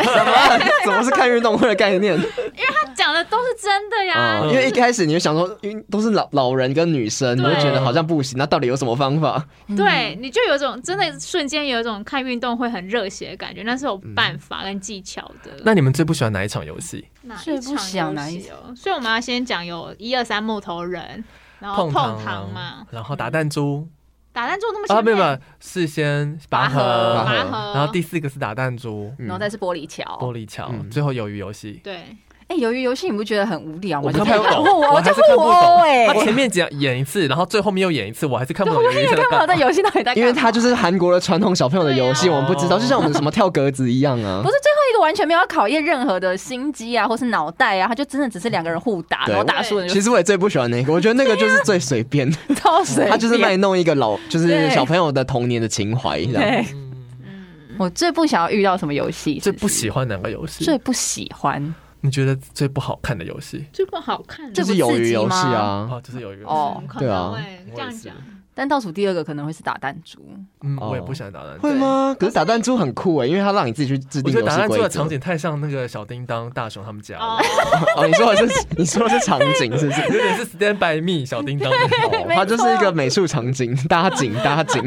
Speaker 1: 怎么是 看运动会的概念？
Speaker 5: 讲的都是真的呀。
Speaker 1: 嗯因为一开始你就想说，因为都是老老人跟女生，你
Speaker 5: 对
Speaker 1: 就觉得好像不行，那到底有什么方法？
Speaker 5: 对，你就有一种真的瞬间有一种看运动会很热血的感觉，那是有办法跟技巧的。
Speaker 4: 那你们最不喜欢哪一场游戏？
Speaker 5: 那
Speaker 2: 最不想哪一
Speaker 5: 哦？所以我们要先讲有一二三木头人，然后
Speaker 4: 糖
Speaker 5: 哦碰糖嘛，
Speaker 4: 然后打弹珠
Speaker 5: 打弹珠那么
Speaker 4: 啊，
Speaker 5: 前
Speaker 4: 没有
Speaker 5: 面
Speaker 4: 没有，事先拔
Speaker 1: 拔
Speaker 4: 河
Speaker 1: 河，
Speaker 5: 拔
Speaker 4: 然后
Speaker 5: 河，
Speaker 4: 第四个是打弹珠、
Speaker 1: 嗯
Speaker 2: 然后再是玻璃桥
Speaker 4: 玻，璃桥，
Speaker 1: 嗯
Speaker 4: 最后鱿鱼游戏。
Speaker 5: 对，
Speaker 2: 哎，鱿鱼游戏你不觉得很无聊吗？
Speaker 4: 我
Speaker 2: 就
Speaker 4: 看不
Speaker 2: 互
Speaker 4: 懂，
Speaker 2: 殴
Speaker 4: 我
Speaker 2: 啊，
Speaker 4: 还
Speaker 2: 就是
Speaker 4: 看
Speaker 2: 互
Speaker 4: 不
Speaker 2: 殴
Speaker 4: 懂。
Speaker 2: 哎，
Speaker 4: 他前面讲演一次，然后最后面又演一次，我还是看不懂。
Speaker 2: 我也
Speaker 4: 在
Speaker 2: 看不懂这
Speaker 4: 干嘛
Speaker 2: 游戏到底在干嘛，
Speaker 1: 因为它就是韩国的传统小朋友的游戏，
Speaker 5: 对啊
Speaker 1: 我们不知道，就像我们什么跳格子一样啊
Speaker 2: 不。是最后一个完全没有要考验任何的心机啊，或是脑袋啊，他就真的只是两个人互打，
Speaker 1: 对
Speaker 2: 然后打输了就
Speaker 1: 其实我也最不喜欢那个，我觉得那个就是最随便，
Speaker 2: 超水。
Speaker 1: 他就是让你弄一个老，就是
Speaker 2: 啊对
Speaker 1: 小朋友的童年的情怀这样。
Speaker 2: 对，我最不想要遇到什么游戏，
Speaker 4: 嗯最
Speaker 2: 其实
Speaker 4: 不喜欢哪个游
Speaker 2: 最
Speaker 4: 戏？
Speaker 2: 不喜欢
Speaker 4: 你觉得最不好看的游戏？
Speaker 5: 这不好看，啊
Speaker 1: 就
Speaker 2: 这
Speaker 1: 是
Speaker 2: 不
Speaker 1: 鱿
Speaker 2: 刺
Speaker 1: 鱼
Speaker 2: 激
Speaker 1: 游戏
Speaker 2: 吗
Speaker 1: 啊，
Speaker 4: 哦，就是有一个，
Speaker 2: 哦。
Speaker 5: 嗯可
Speaker 1: 对啊
Speaker 5: 能会这样讲，
Speaker 2: 但倒数第二个可能会是打弹珠，
Speaker 4: 嗯，
Speaker 1: 哦
Speaker 4: 我也不想打弹珠
Speaker 1: 会。吗？可是打弹珠很酷哎、因为它让你自己去制
Speaker 4: 我
Speaker 1: 定
Speaker 4: 觉得
Speaker 1: 游
Speaker 4: 打
Speaker 1: 戏
Speaker 4: 弹珠
Speaker 1: 规
Speaker 4: 的
Speaker 1: 则
Speaker 4: 场。景太像那个小叮当、大雄他们 家了
Speaker 5: 哦，，
Speaker 1: 哦，你说的是你说的是场景是不是？
Speaker 4: 有点是 Stand by Me 小叮当的那 种。
Speaker 1: 哦它就是一个美术场景搭景搭景，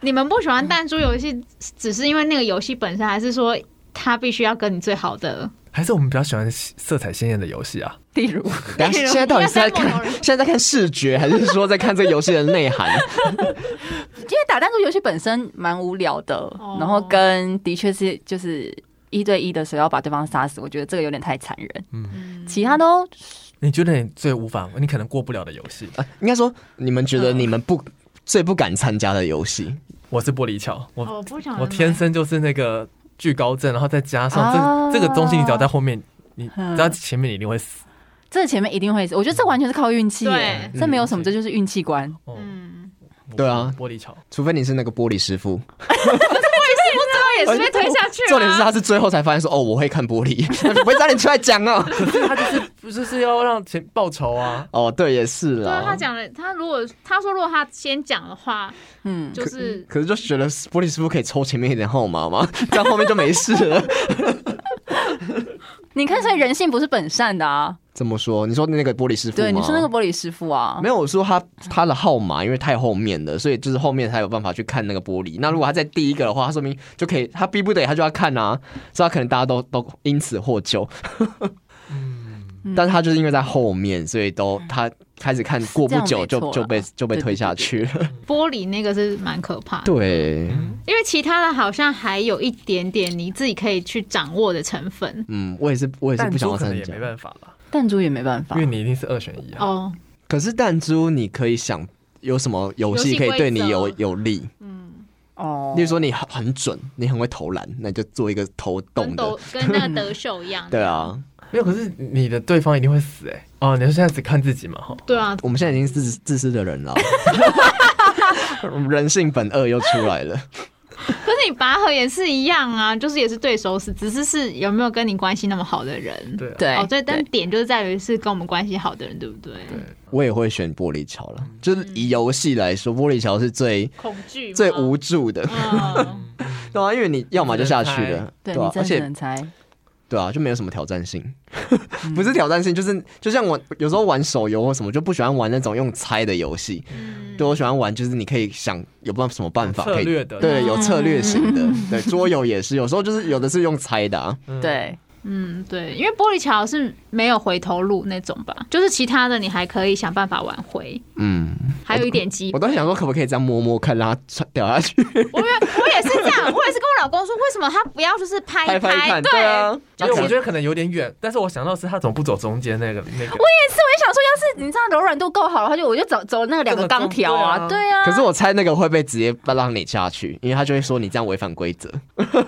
Speaker 5: 你们不喜欢弹珠游戏，只是因为那个游戏本身，还是说它必须要跟你最好的？
Speaker 4: 还是我们比较喜欢色彩鲜艳的游戏啊？
Speaker 2: 例如
Speaker 1: 等一 下现在到底是在看现在在看视觉，还是说在看这个游戏的内 涵？
Speaker 2: 因为打弹珠游戏本身蛮无聊的，
Speaker 5: 哦
Speaker 2: 然后跟的确是就是一对一的时候要把对方杀死，我觉得这个有点太残忍。
Speaker 5: 嗯
Speaker 2: 其他都
Speaker 4: 你觉得你最无法，你可能过不了的游戏？
Speaker 1: 啊应该说你们觉得你们不最不敢参加的游戏，
Speaker 4: 我是玻璃桥，我
Speaker 5: 我哦不
Speaker 2: 哦
Speaker 5: 想，
Speaker 4: 我天生就是那个惧高症，然后再加上这、
Speaker 2: 啊
Speaker 4: 这个东西，你只要在后面，你
Speaker 2: 嗯
Speaker 4: 只要前面你一定会死。
Speaker 2: 这前面一定会，我觉得这完全是靠运气耶，
Speaker 4: 对
Speaker 2: 这没有什
Speaker 4: 嗯
Speaker 2: 么，
Speaker 4: 运气
Speaker 2: 这就是运气关。
Speaker 4: 哦，
Speaker 5: 嗯，
Speaker 4: 我
Speaker 1: 对啊
Speaker 4: 玻璃桥，
Speaker 1: 除非你是那个玻璃师傅。
Speaker 5: 最后也是被推下去了。啊
Speaker 1: 重点是他啊是最后才发现说，哦，我会看玻璃， 不会早点出来讲哦。
Speaker 4: 可是他就是不是是要让钱报仇啊？
Speaker 1: 哦，对，也是
Speaker 5: 对啊，他
Speaker 1: 啦。
Speaker 5: 讲了，他如果他说如果他先讲的话，
Speaker 2: 嗯，
Speaker 5: 就是
Speaker 1: 可是就觉得玻璃师傅可以抽前面一点号码嘛，这样后面就没事了。
Speaker 2: 你看，所以人性不是本善的啊。
Speaker 1: 怎么说？你说那个玻璃师傅吗？
Speaker 2: 对，你是那个玻璃师傅啊，
Speaker 1: 啊没有，我说他他的号码因为太后面了，所以就是后面才有办法去看那个玻璃。那如果他在第一个的话，他说明就可以，他逼不得已他就要看啊，所以他可能大家都都因此获救。但是他就是因为在后面，所以都他开始看过不久
Speaker 2: 这
Speaker 1: 就
Speaker 2: 样没错啦
Speaker 1: 就被就被推下去了。
Speaker 5: 玻璃那个是蛮可怕的，
Speaker 1: 对，
Speaker 5: 因为其他的好像还有一点点你自己可以去掌握的成分。
Speaker 1: 嗯，我也是我也是
Speaker 4: 但
Speaker 1: 不想
Speaker 4: 猪
Speaker 1: 要
Speaker 4: 可能
Speaker 1: 参
Speaker 4: 也
Speaker 1: 加
Speaker 4: 没。办法了，
Speaker 2: 弹珠也没办法
Speaker 4: 因为。你一定是二选一啊。
Speaker 5: 哦，
Speaker 1: 可是弹珠，你可以想有什么游
Speaker 5: 游
Speaker 1: 戏
Speaker 5: 戏
Speaker 1: 可以对你
Speaker 5: 规则
Speaker 1: 有有利？
Speaker 2: 哦
Speaker 1: 例如说你很很准，你很会投篮，那你就做一个投洞
Speaker 5: 跟
Speaker 1: 的
Speaker 5: 斗。跟那个德秀一样。
Speaker 1: 对啊，
Speaker 4: 没有，可是你的对方一定会死哎、哦，你是现在只看自己嘛？哈，
Speaker 5: 对啊，
Speaker 1: 我们现在已经是自自私的人 了，人性本恶又出来了。
Speaker 5: 可是你拔河也是一样啊，就是也是对手死，只是是有没有跟你关系那么好的
Speaker 1: 嗯
Speaker 5: 人。
Speaker 4: 对啊，
Speaker 2: 对
Speaker 5: 哦，对，但点就是在于是跟我们关系好的人，对不对？对，
Speaker 1: 我也会选玻璃桥了，就是以游戏来说，玻璃桥是最
Speaker 5: 恐惧
Speaker 1: 最无。助的，
Speaker 5: 嗯，
Speaker 1: 对啊，因为你要么就下去
Speaker 4: 你只能
Speaker 1: 了，
Speaker 2: 对
Speaker 1: 对
Speaker 2: 你
Speaker 1: 啊，而
Speaker 2: 真的只
Speaker 1: 且
Speaker 2: 能猜。
Speaker 1: 对啊，就没有什么挑战性， 不是挑战性，就是就像我有时候玩手游或什么，就不喜欢玩那种用猜的游戏，
Speaker 5: 嗯
Speaker 1: 对我喜欢玩就是你可以想有办什么办法
Speaker 4: 策
Speaker 1: 可以。
Speaker 4: 略的，
Speaker 1: 对，
Speaker 5: 嗯
Speaker 1: 有策略型的，对，桌游也是，有时候就是有的是用猜的啊，
Speaker 4: 嗯，
Speaker 2: 对，
Speaker 5: 嗯，对，因为玻璃桥是没有回头路那种吧，就是其他的你还可以想办法挽回，
Speaker 1: 嗯，
Speaker 5: 还有一点机
Speaker 1: 我
Speaker 5: 会。
Speaker 1: 都想说可不可以这样摸摸看，让它穿掉下去。
Speaker 5: 我也我也是这样，我也是跟我老公说，为什么他不要就是拍
Speaker 1: 拍
Speaker 5: 一
Speaker 1: 拍看，
Speaker 5: 对，
Speaker 1: 啊，因
Speaker 4: 因为
Speaker 1: 为我
Speaker 4: 我觉
Speaker 1: 觉得
Speaker 4: 得可能有点远，但是我想到是他怎么不走中间那个那个。
Speaker 2: 也是，我也想说，要是你这样柔软度够好的话，就我就走走那两个钢条啊，
Speaker 4: 这个
Speaker 2: 对啊。
Speaker 1: 可是我猜那个会被直接让你下去，因为他就会说你这样违反规则。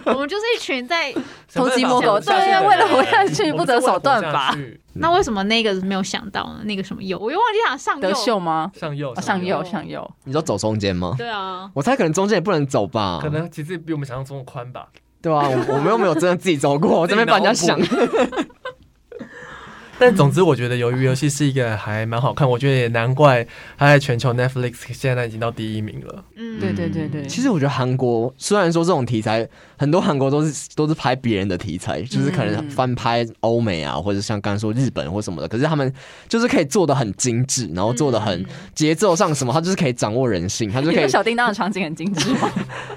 Speaker 5: 我们就是一群在。
Speaker 2: 偷鸡摸狗
Speaker 4: 想办法
Speaker 2: 对啊
Speaker 4: 活
Speaker 2: 为了活
Speaker 4: 下
Speaker 2: 下
Speaker 4: 去
Speaker 2: 去
Speaker 4: 我
Speaker 2: 不
Speaker 4: 们是为了
Speaker 2: 择
Speaker 4: 活
Speaker 2: 手段
Speaker 4: 下
Speaker 2: 吧
Speaker 4: 去
Speaker 5: 那为什么那个没有想到呢？那个什么有，我又忘记想上
Speaker 2: 德秀吗？
Speaker 4: 上右
Speaker 2: 哦，上
Speaker 5: 右
Speaker 2: 右，上右。
Speaker 1: 你说走中间吗？
Speaker 5: 对啊，
Speaker 1: 我猜可能中间也不能走吧，
Speaker 4: 可能其实比我们想象中的宽吧。
Speaker 1: 对啊，我我们又没有真的自己走过，我这边帮人家想。
Speaker 4: 但总之，我觉得《鱿鱼游戏》是一个还蛮好看，我觉得也难怪它在全球 Netflix 现在已经到第一名了。
Speaker 5: 嗯，
Speaker 2: 对对对对。
Speaker 1: 其实我觉得韩国虽然说这种题材，很多韩国都是都是拍别人的题材，就是可能翻拍欧美啊，或者像刚才说日本或什么的，可是他们就是可以做的很精致，然后做的很节奏上什么，他就是可以 掌握人性，他就
Speaker 2: 你
Speaker 1: 可以
Speaker 2: 说小叮当的场景很精致 吗？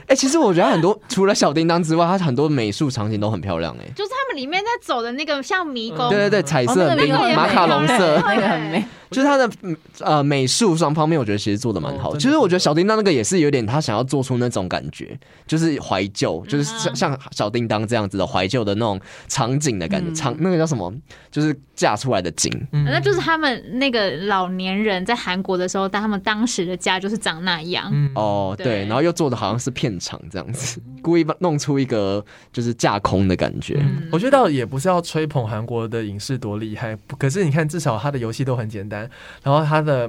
Speaker 1: 哎、其实我觉得很多除了小叮当之外，它很多美术场景都很漂亮哎、
Speaker 5: 就是他们里面在走的那个像迷宫，
Speaker 1: 对对对，彩色冷冰
Speaker 5: 哦那个也
Speaker 1: 马卡龙
Speaker 5: 美
Speaker 1: 色
Speaker 5: 啊，
Speaker 2: 那个很美。
Speaker 1: 就是它的嗯呃美术上方面，我觉得其实做的蛮好
Speaker 4: 哦
Speaker 1: 的。其
Speaker 4: 真的
Speaker 1: 实我觉得小叮当那个也是有点他想要做出那种感觉，就是怀旧，就是
Speaker 5: 嗯
Speaker 1: 像像小叮当这样子的怀旧的那种场景的感觉，
Speaker 2: 嗯
Speaker 1: 场那个叫什么，就是架出来的景。
Speaker 4: 嗯
Speaker 5: 那就是他们那个老年人在韩国的时候，但他们当时的家就是长那样。
Speaker 4: 嗯，
Speaker 1: 哦，
Speaker 5: 对
Speaker 1: 对，然后又做的好像是片场这样子，故意把弄出一个就是架空的感觉。
Speaker 4: 嗯我觉得倒也不是要吹捧韩国的影视多厉害，不可是你看，至少它的游戏都很简单，然后它的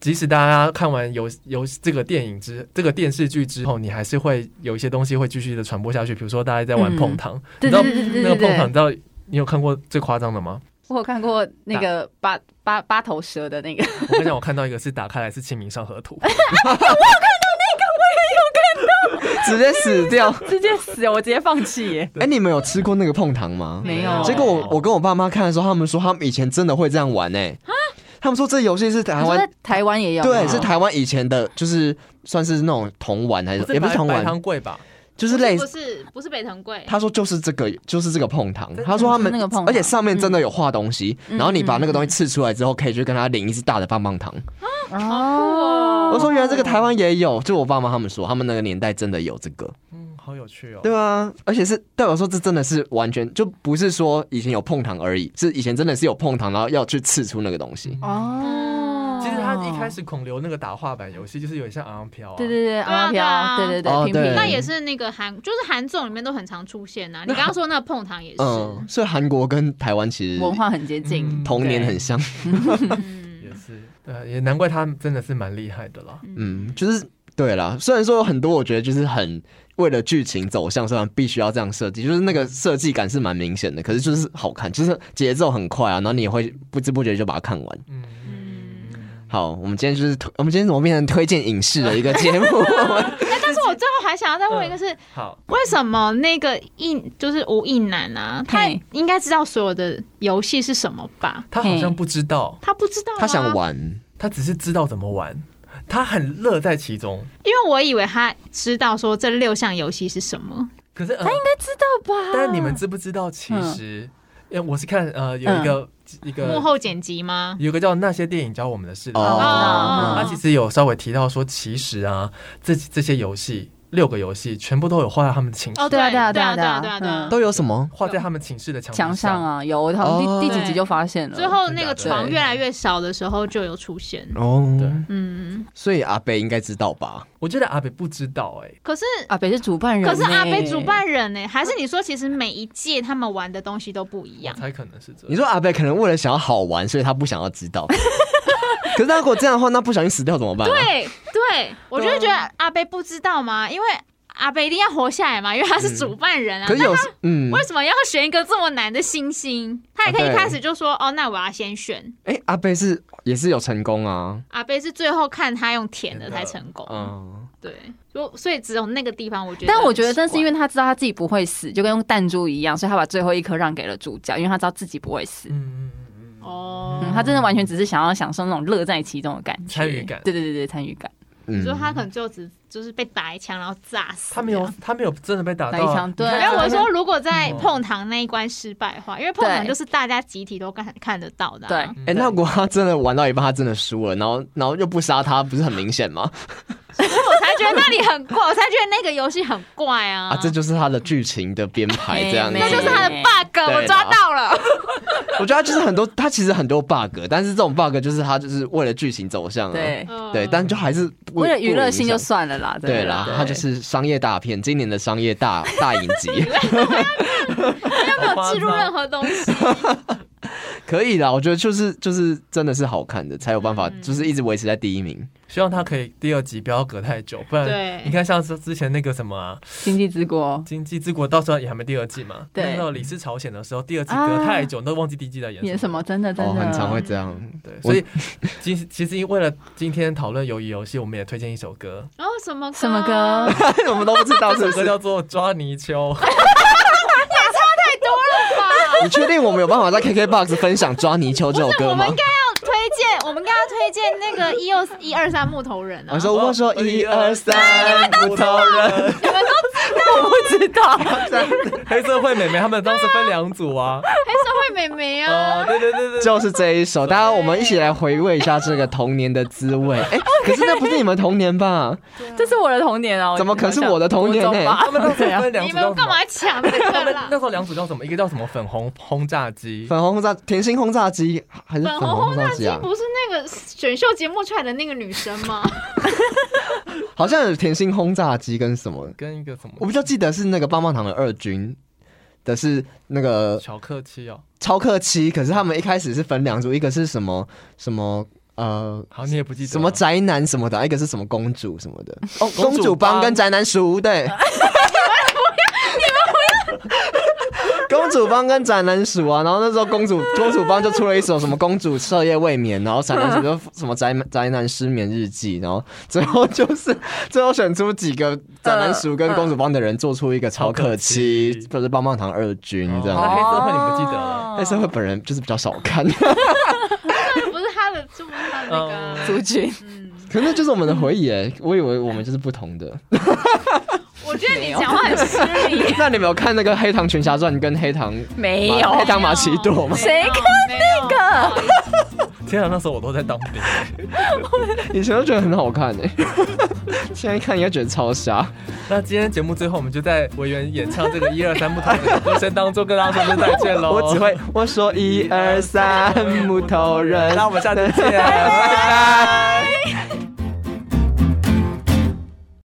Speaker 4: 即使大家看完游游这个电影之这个电视剧之后，你还是会有一些东西会继续的传播下去，比如说大家在玩
Speaker 2: 嗯
Speaker 4: 碰糖，
Speaker 2: 对
Speaker 4: 你知道
Speaker 2: 对对对
Speaker 4: 那
Speaker 2: 对
Speaker 4: 个碰糖，
Speaker 2: 对
Speaker 4: 你，知道你有看过最夸张的吗？
Speaker 2: 我有看过那个八八八头蛇的那个，
Speaker 4: 我跟你讲，我看到一个是打开来是清明上河图，
Speaker 1: 直接死 掉。
Speaker 2: 直接死，哦我直接放弃耶。
Speaker 1: 哎、你们有吃过那个碰糖吗？
Speaker 2: 没有
Speaker 1: 结果我我跟我爸妈看的时候，他们说他们以前真的会这样玩哎、他们说这游戏是 台
Speaker 2: 你说
Speaker 1: 湾
Speaker 2: 在台湾也有吗，
Speaker 1: 对，是台湾以前的，就是算是那种童玩还是也不是童
Speaker 4: 白
Speaker 1: 玩，
Speaker 4: 糖贵吧？
Speaker 1: 就是类
Speaker 5: 不
Speaker 1: 似。
Speaker 5: 是不是北藤贵，
Speaker 1: 他说就是这个，就是这个碰糖。
Speaker 4: 真的
Speaker 1: 他说他们
Speaker 2: 那个碰糖，
Speaker 1: 而且上面真的有画东西，
Speaker 2: 嗯
Speaker 1: 然后你把那个东西刺出来之后，可以去跟他领一只大的棒棒糖。
Speaker 2: 哦
Speaker 1: 我说原来这个台湾也有，就我爸妈他们说，他们那个年代真的有这个，
Speaker 4: 嗯，好有趣哦。
Speaker 1: 对啊，而且是代表说这真的是完全就不是说以前有碰糖而已，是以前真的是有碰糖，然后要去刺出那个东西。
Speaker 4: 嗯
Speaker 2: 哦，
Speaker 4: 其实他一开。始孔刘那个打画板游戏，就是有点像昂飘、啊，
Speaker 2: 对对对，
Speaker 5: 对啊
Speaker 2: 阿
Speaker 5: 对
Speaker 2: 飘，
Speaker 5: 啊
Speaker 2: 对对
Speaker 1: 哦
Speaker 2: 对，平平
Speaker 1: 对
Speaker 5: 那也是那个韩，就是韩综里面都很常出现呐、你刚刚说那个碰糖也是，
Speaker 1: 嗯，所以韩国跟台湾其实
Speaker 2: 文化很接近，
Speaker 4: 嗯
Speaker 1: 童年很像。
Speaker 5: 嗯
Speaker 4: 也是，对，也难怪他真的是蛮厉害的啦。
Speaker 1: 嗯，就是对啦。虽然说有很多，我觉得就是很为了剧情走向，虽然必须要这样设计，就是那个设计感是蛮明显的，可是就是好看，就是节奏很快啊，然后你也会不知不觉就把它看完。
Speaker 4: 嗯，
Speaker 1: 好，我们今天就是推，我们今天怎么变成推荐影视的一个 节目？
Speaker 5: 哎但是我最后还想要再问一个是，
Speaker 4: 好，
Speaker 5: 为什么那个一就是吴亦男啊，他
Speaker 2: 嘿
Speaker 5: 应该知道所有的游戏是什么吧？
Speaker 4: 他好像不知道，
Speaker 5: 他不知道，啊
Speaker 1: 他想，玩，
Speaker 4: 他只是知道怎么玩，他很乐在其中。
Speaker 5: 因为我以为他知道说这六项游戏是什么。
Speaker 4: 可是、他应该知道吧？但是你们知不知道？其实，因为我是看呃有一个、一
Speaker 5: 幕
Speaker 4: 个
Speaker 5: 后剪辑吗？
Speaker 4: 有一个叫《那些电影教我们的事》的啊
Speaker 1: 哦
Speaker 5: 哦
Speaker 4: 他其实有稍微提到说，其实啊，这这些游戏六个游戏全部都有画在他们寝
Speaker 5: 哦，
Speaker 2: 对啊
Speaker 5: 对
Speaker 2: 对啊
Speaker 5: 对啊
Speaker 2: 对啊
Speaker 5: 对啊
Speaker 1: 都有什么？
Speaker 4: 画在他们寝室的墙壁
Speaker 2: 墙上。啊，有，我好
Speaker 1: 哦
Speaker 2: 像第第几集就发现了。
Speaker 5: 最后那个
Speaker 4: 真的
Speaker 5: 床
Speaker 2: 对
Speaker 5: 越来越少的时候就有出现，
Speaker 1: 哦，
Speaker 4: 对，
Speaker 5: 嗯，
Speaker 1: 所以阿贝应该知道吧？
Speaker 4: 我觉得阿北不知道哎、
Speaker 5: 可是
Speaker 2: 阿北是主办人呢，欸
Speaker 5: 可是阿北主办人呢、欸还是你说其实每一届他们玩的东西都不一样
Speaker 4: 我？才可能是这样。
Speaker 1: 你说阿贝可能为了想要好玩，所以他不想要知道。 可是他如果这样的话，那不小心死掉怎么办、啊？
Speaker 5: 对对，我就会觉得阿贝不知道嘛，因为阿贝一定要活下来嘛，因为他是主办人啊。
Speaker 1: 可是有时嗯，
Speaker 5: 为什么要选一个这么难的星星？他也可以一开始就说：“哦，那我要先选。
Speaker 1: 哎、阿贝是也是有成功啊”，
Speaker 5: 阿贝是最后看他用舔的才成功，
Speaker 1: 嗯，
Speaker 5: 对，就所以只有那个地方我觉得很奇怪。
Speaker 2: 但我觉得，但是因
Speaker 5: 为
Speaker 2: 为他知道他自己不会死，就跟弹珠一样，所以他把最后一颗让给了主角，因为他知道自己不会死。
Speaker 4: 嗯，嗯嗯嗯，
Speaker 5: 哦，
Speaker 2: 嗯，他真的完全只是想要享受那种乐在其中的感觉，
Speaker 4: 参与感
Speaker 2: 对对对对，参与感。
Speaker 1: 嗯
Speaker 5: 你说他可能最后只就是被打一枪然后炸死，
Speaker 4: 他没有，他没有真的被打到
Speaker 2: 打
Speaker 4: 啊
Speaker 2: 一枪对
Speaker 4: 你看
Speaker 5: 没有，我
Speaker 4: 他
Speaker 5: 说如果在碰糖那一关失败的话，因为碰糖
Speaker 2: 对
Speaker 5: 就是大家集体都看看得到的、
Speaker 2: 对，，
Speaker 4: 嗯
Speaker 1: 哎、那如果他真的玩到一半，他真的输了，然后然后又不杀他，不是很明显吗？
Speaker 5: 所以我才觉得那里很怪，我才觉得那个游戏很怪啊。
Speaker 1: 啊，这就是他的剧情的编排这样子。
Speaker 2: 没
Speaker 5: 这就是他的
Speaker 2: 没
Speaker 5: bug，
Speaker 1: 啦
Speaker 5: 我抓到了。
Speaker 1: 我觉得他就是很多，他其实很多 bug，但是这种 bug 就是他就是为了剧情走向啊。
Speaker 2: 对，
Speaker 1: 对，但就还是不
Speaker 2: 为了娱乐性
Speaker 1: 不
Speaker 2: 就。
Speaker 1: 影响
Speaker 2: 算了啦，真的
Speaker 1: 对啦，他就是商业大片，今年的商业大大影 集
Speaker 5: 他没有置入任何东西。
Speaker 1: 可以啦，我觉得就是就是真的是好看的，才有办法
Speaker 2: 嗯
Speaker 1: 就是一直维持在第一名。
Speaker 4: 希望他可以第二集不要隔太久，不
Speaker 5: 对
Speaker 4: 然你看像是之前那个什么啊
Speaker 2: 经济之国。
Speaker 4: 《经济之国》，到时候也还没第二季嘛。
Speaker 2: 对
Speaker 4: 那时候李氏朝鲜的时候，第二季隔太久，你都忘记第一季在演
Speaker 2: 演什
Speaker 4: 么。
Speaker 2: 么？真的真
Speaker 1: 哦，
Speaker 2: 的，
Speaker 1: 很常 会这样。
Speaker 4: 对，
Speaker 1: 我
Speaker 4: 所以其实其实为了今天讨论鱿鱼游戏，我们也推荐一首歌，
Speaker 5: 然后什么
Speaker 2: 什么？歌？
Speaker 1: 我们都不知道是
Speaker 4: 这
Speaker 1: 不
Speaker 4: 首歌
Speaker 1: 是？
Speaker 4: 叫做《抓泥鳅》。
Speaker 1: 你确定我们有办法在 KKBOX 分享《抓泥鳅》这首歌
Speaker 5: 我
Speaker 1: 吗
Speaker 5: 们应？该要推荐，我们应该要推荐那个一二一二三木头人啊
Speaker 1: 我！说我说一二三，不同人。
Speaker 2: 我不知道，
Speaker 4: 黑社会美眉他们当时分两 组啊，
Speaker 5: 黑社会妹妹啊，
Speaker 4: 哦，对对对对，
Speaker 1: 就是这一首，大家我们一起来回味一下这个童年的滋味。哎、可是那不是你们童年吧？
Speaker 2: 这是我的童年哦，
Speaker 1: 怎么可是我的童年呢
Speaker 2: 我想国中吧
Speaker 4: 他们当时分两
Speaker 5: 你
Speaker 4: 组
Speaker 5: 们
Speaker 4: 叫什么
Speaker 5: 干？嘛抢这
Speaker 4: 他
Speaker 5: 个
Speaker 4: 们
Speaker 5: 啦
Speaker 4: 那？时候两组叫什么？一个叫什么粉红轰炸机，
Speaker 1: 粉红轰炸甜心轰炸机还是
Speaker 5: 粉
Speaker 1: 粉
Speaker 5: 红
Speaker 1: 红
Speaker 5: 轰
Speaker 1: 轰
Speaker 5: 炸
Speaker 1: 炸
Speaker 5: 机
Speaker 1: 机啊？
Speaker 5: 不是那个选秀节目出来的那个女生吗？
Speaker 1: 好像有甜心轰炸机跟什么？
Speaker 4: 跟一个什么？
Speaker 1: 我比较记得是那个棒棒糖的二军的是那个
Speaker 4: 巧克力哦，
Speaker 1: 超客七，可是他们一开始是分两组，一个是什么什么呃
Speaker 4: 好，你也不记得
Speaker 1: 什么宅男什么的，一个是什么公主什么的，哦，
Speaker 4: 啊公 主
Speaker 1: 公主帮
Speaker 4: 帮
Speaker 1: 跟宅男叔对。公主帮跟宅男鼠啊，然后那时候公主公主帮就出了一首什么公主彻夜未眠，然后宅男鼠就 什么宅宅男失眠日记，然后最后就是 最后选出几个宅男鼠跟公主帮的人做出一个超客七
Speaker 4: 超客，七
Speaker 1: 就是棒棒糖二军这
Speaker 4: 哦
Speaker 1: 样。
Speaker 4: 黑社会你不记得了
Speaker 1: 但是会本人就是比较少看，
Speaker 5: 那不是她的，就不是她的那个啊。
Speaker 2: 族群，
Speaker 5: 嗯，
Speaker 1: 可能就是我们的回忆哎，我以为我们就是不同的。
Speaker 5: 我觉得你讲话很失 礼。
Speaker 1: 那你们有看那个《黑糖群侠传》跟《黑糖》
Speaker 2: 没
Speaker 1: 有
Speaker 2: 有
Speaker 1: 哎当马奇朵吗
Speaker 2: 谁看
Speaker 5: 那个？
Speaker 4: 天啊，那时候我都在当兵。
Speaker 1: 以前都觉得很好看 哎、现在看应该觉得超瞎。
Speaker 4: 那今天节目最后，我们就在委员演唱这个一二三不同的歌声当中，跟大家说声再见 喽。
Speaker 1: 我只会我说一二三，木头人。
Speaker 4: 那我们下次见，拜
Speaker 1: 拜
Speaker 4: 拜。
Speaker 1: 拜。